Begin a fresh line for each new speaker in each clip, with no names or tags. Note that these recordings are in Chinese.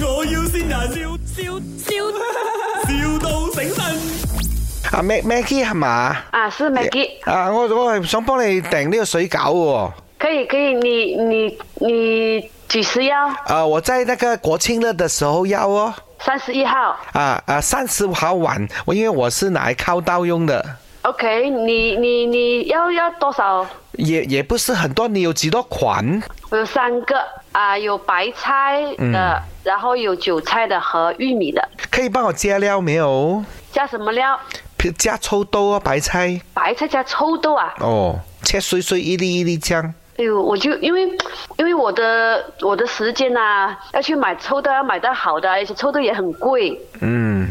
要先人，笑笑笑，,笑到醒神。
啊 Mac Mackie 係嘛？
啊，是 Maggie，
啊，我我係想幫你訂呢個水餃喎、
可以可以，你你你几时要？
啊，我在那个国庆日的时候要哦。
三十一号
啊啊，三十号晚，我因为我是拿来靠刀用的，
，OK，你你你要要多少？
也也不是很多。你有几多款？
我有三个啊，有白菜的，
嗯
然后有韭菜的和玉米的，
可以帮我加料没有？
加什么料？
譬加臭豆啊，白菜
白菜加臭豆啊！
哦，切碎碎一粒一粒这样。
哎呦，我就因为因为我的我的时间呐、要去买臭豆，要买到好的，而且臭豆也很贵
嗯，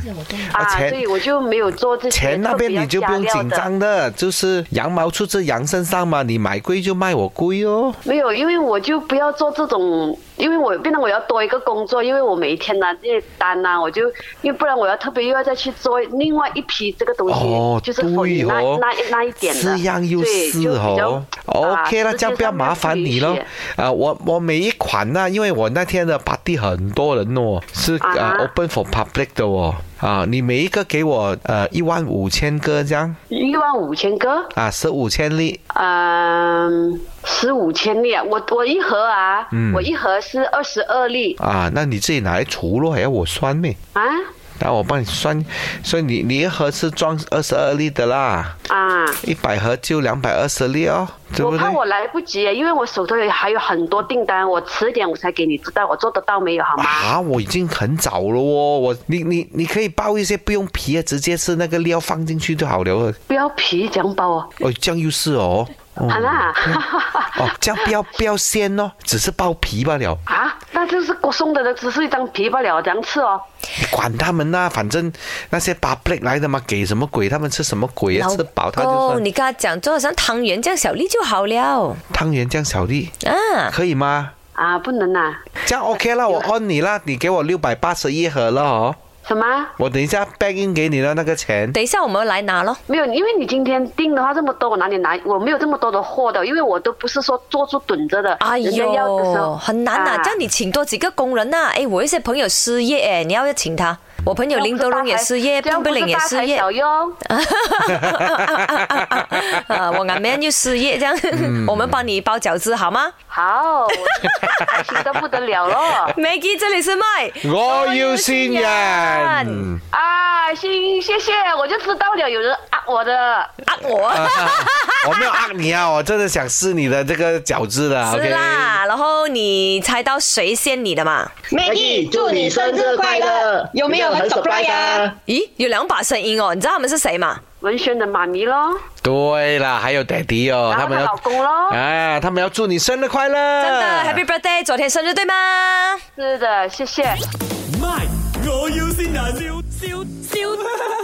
啊，
钱
所以我就没有做这些
钱那边你就不用
特别要加料
紧
的
张的，就是羊毛出自羊身上嘛，你买贵就卖我贵哦。
没有，因为我就不要做这种，因为我变得我要多一个工作，因为我每一天拿这些单呐、我就因为不然我要特别又要再去做另外一批这个东西，
哦，
就是否
对
你那
哦
那那一点的，
这样又
对
是哦。OK，那
啊
这样不要麻烦你喽。啊，我我每一款呢、因为我那天的 party 很多人哦，是
啊
呃
哈
open for public 的哦。啊，你每一个给我呃一万五千个这样
一万五千个，
啊，十五千粒
嗯，十五千粒啊，我我一盒啊，
嗯
我一盒是二十二粒
啊，那你自己拿来除咯，还要我算咩？
啊
那我帮你算，所以你你一盒是装二十二粒的啦，
啊。
一百盒就两百二十粒哦，对
我
不对
怕？我来不及，因为我手头有还有很多订单，我迟点我才给你知道我做得到没有，好吗？
啊，我已经很早了哦，我你你你可以包一些不用皮的，直接是那个料放进去就好了。
不要皮讲包哦，
哦，这样又是哦，哦
好啦，
哦，这样不要不要鲜哦，只是包皮罢了。
啊，那就是我送的，只是一张皮罢了，这样吃哦。
你管他们啦、反正那些 public 来的嘛，给什么鬼他们吃什么鬼啊，
老
吃饱他就
公，
算。
你跟他讲做得像汤圆这样小粒就好了
汤圆酱小弟
啊。
可以吗？
啊，不能啊，
这样 OK 啦，我 on 你啦，你给我六百八十一盒了哦，
什么？
我等一下 back in 给你的那个钱。
等一下我们来拿咯。
没有，因为你今天订的话这么多，我哪里拿？我没有这么多的货的，因为我都不是说做出蹲着的。
哎
人家要的时候
呦，很难啊！
啊
这样你请多几个工人呐、啊。哎，我一些朋友失业，哎，你要不要请他？我朋友林德龙也失业，
这样
冰
不是
冰玲也
大
失
材
业，
小用。
啊，我俺们又失业，这样
嗯
我们帮你包饺子好吗
好，我开心的不得了 咯！
？Maggie，这里是麦，
我要先人。
啊，行，谢谢，我就知道了，有人啊我的。
啊我。
我没有呃你啊，我真的想试你的这个饺子的。
是
OK，
啦，然后你猜到谁先你的嘛？
Maggie，祝你生日快乐！有没有很 surprise 啊？
咦，有两把声音哦，你知道他们是谁吗？
文轩的妈咪咯，
对啦，还有 Daddy 哦，
然
他
后
们
她
要
老公咯，
啊，他们要祝你生日快乐，
真的，Happy Birthday，昨天生日对吗？
是的，谢谢。
卖，我要先人，笑笑笑，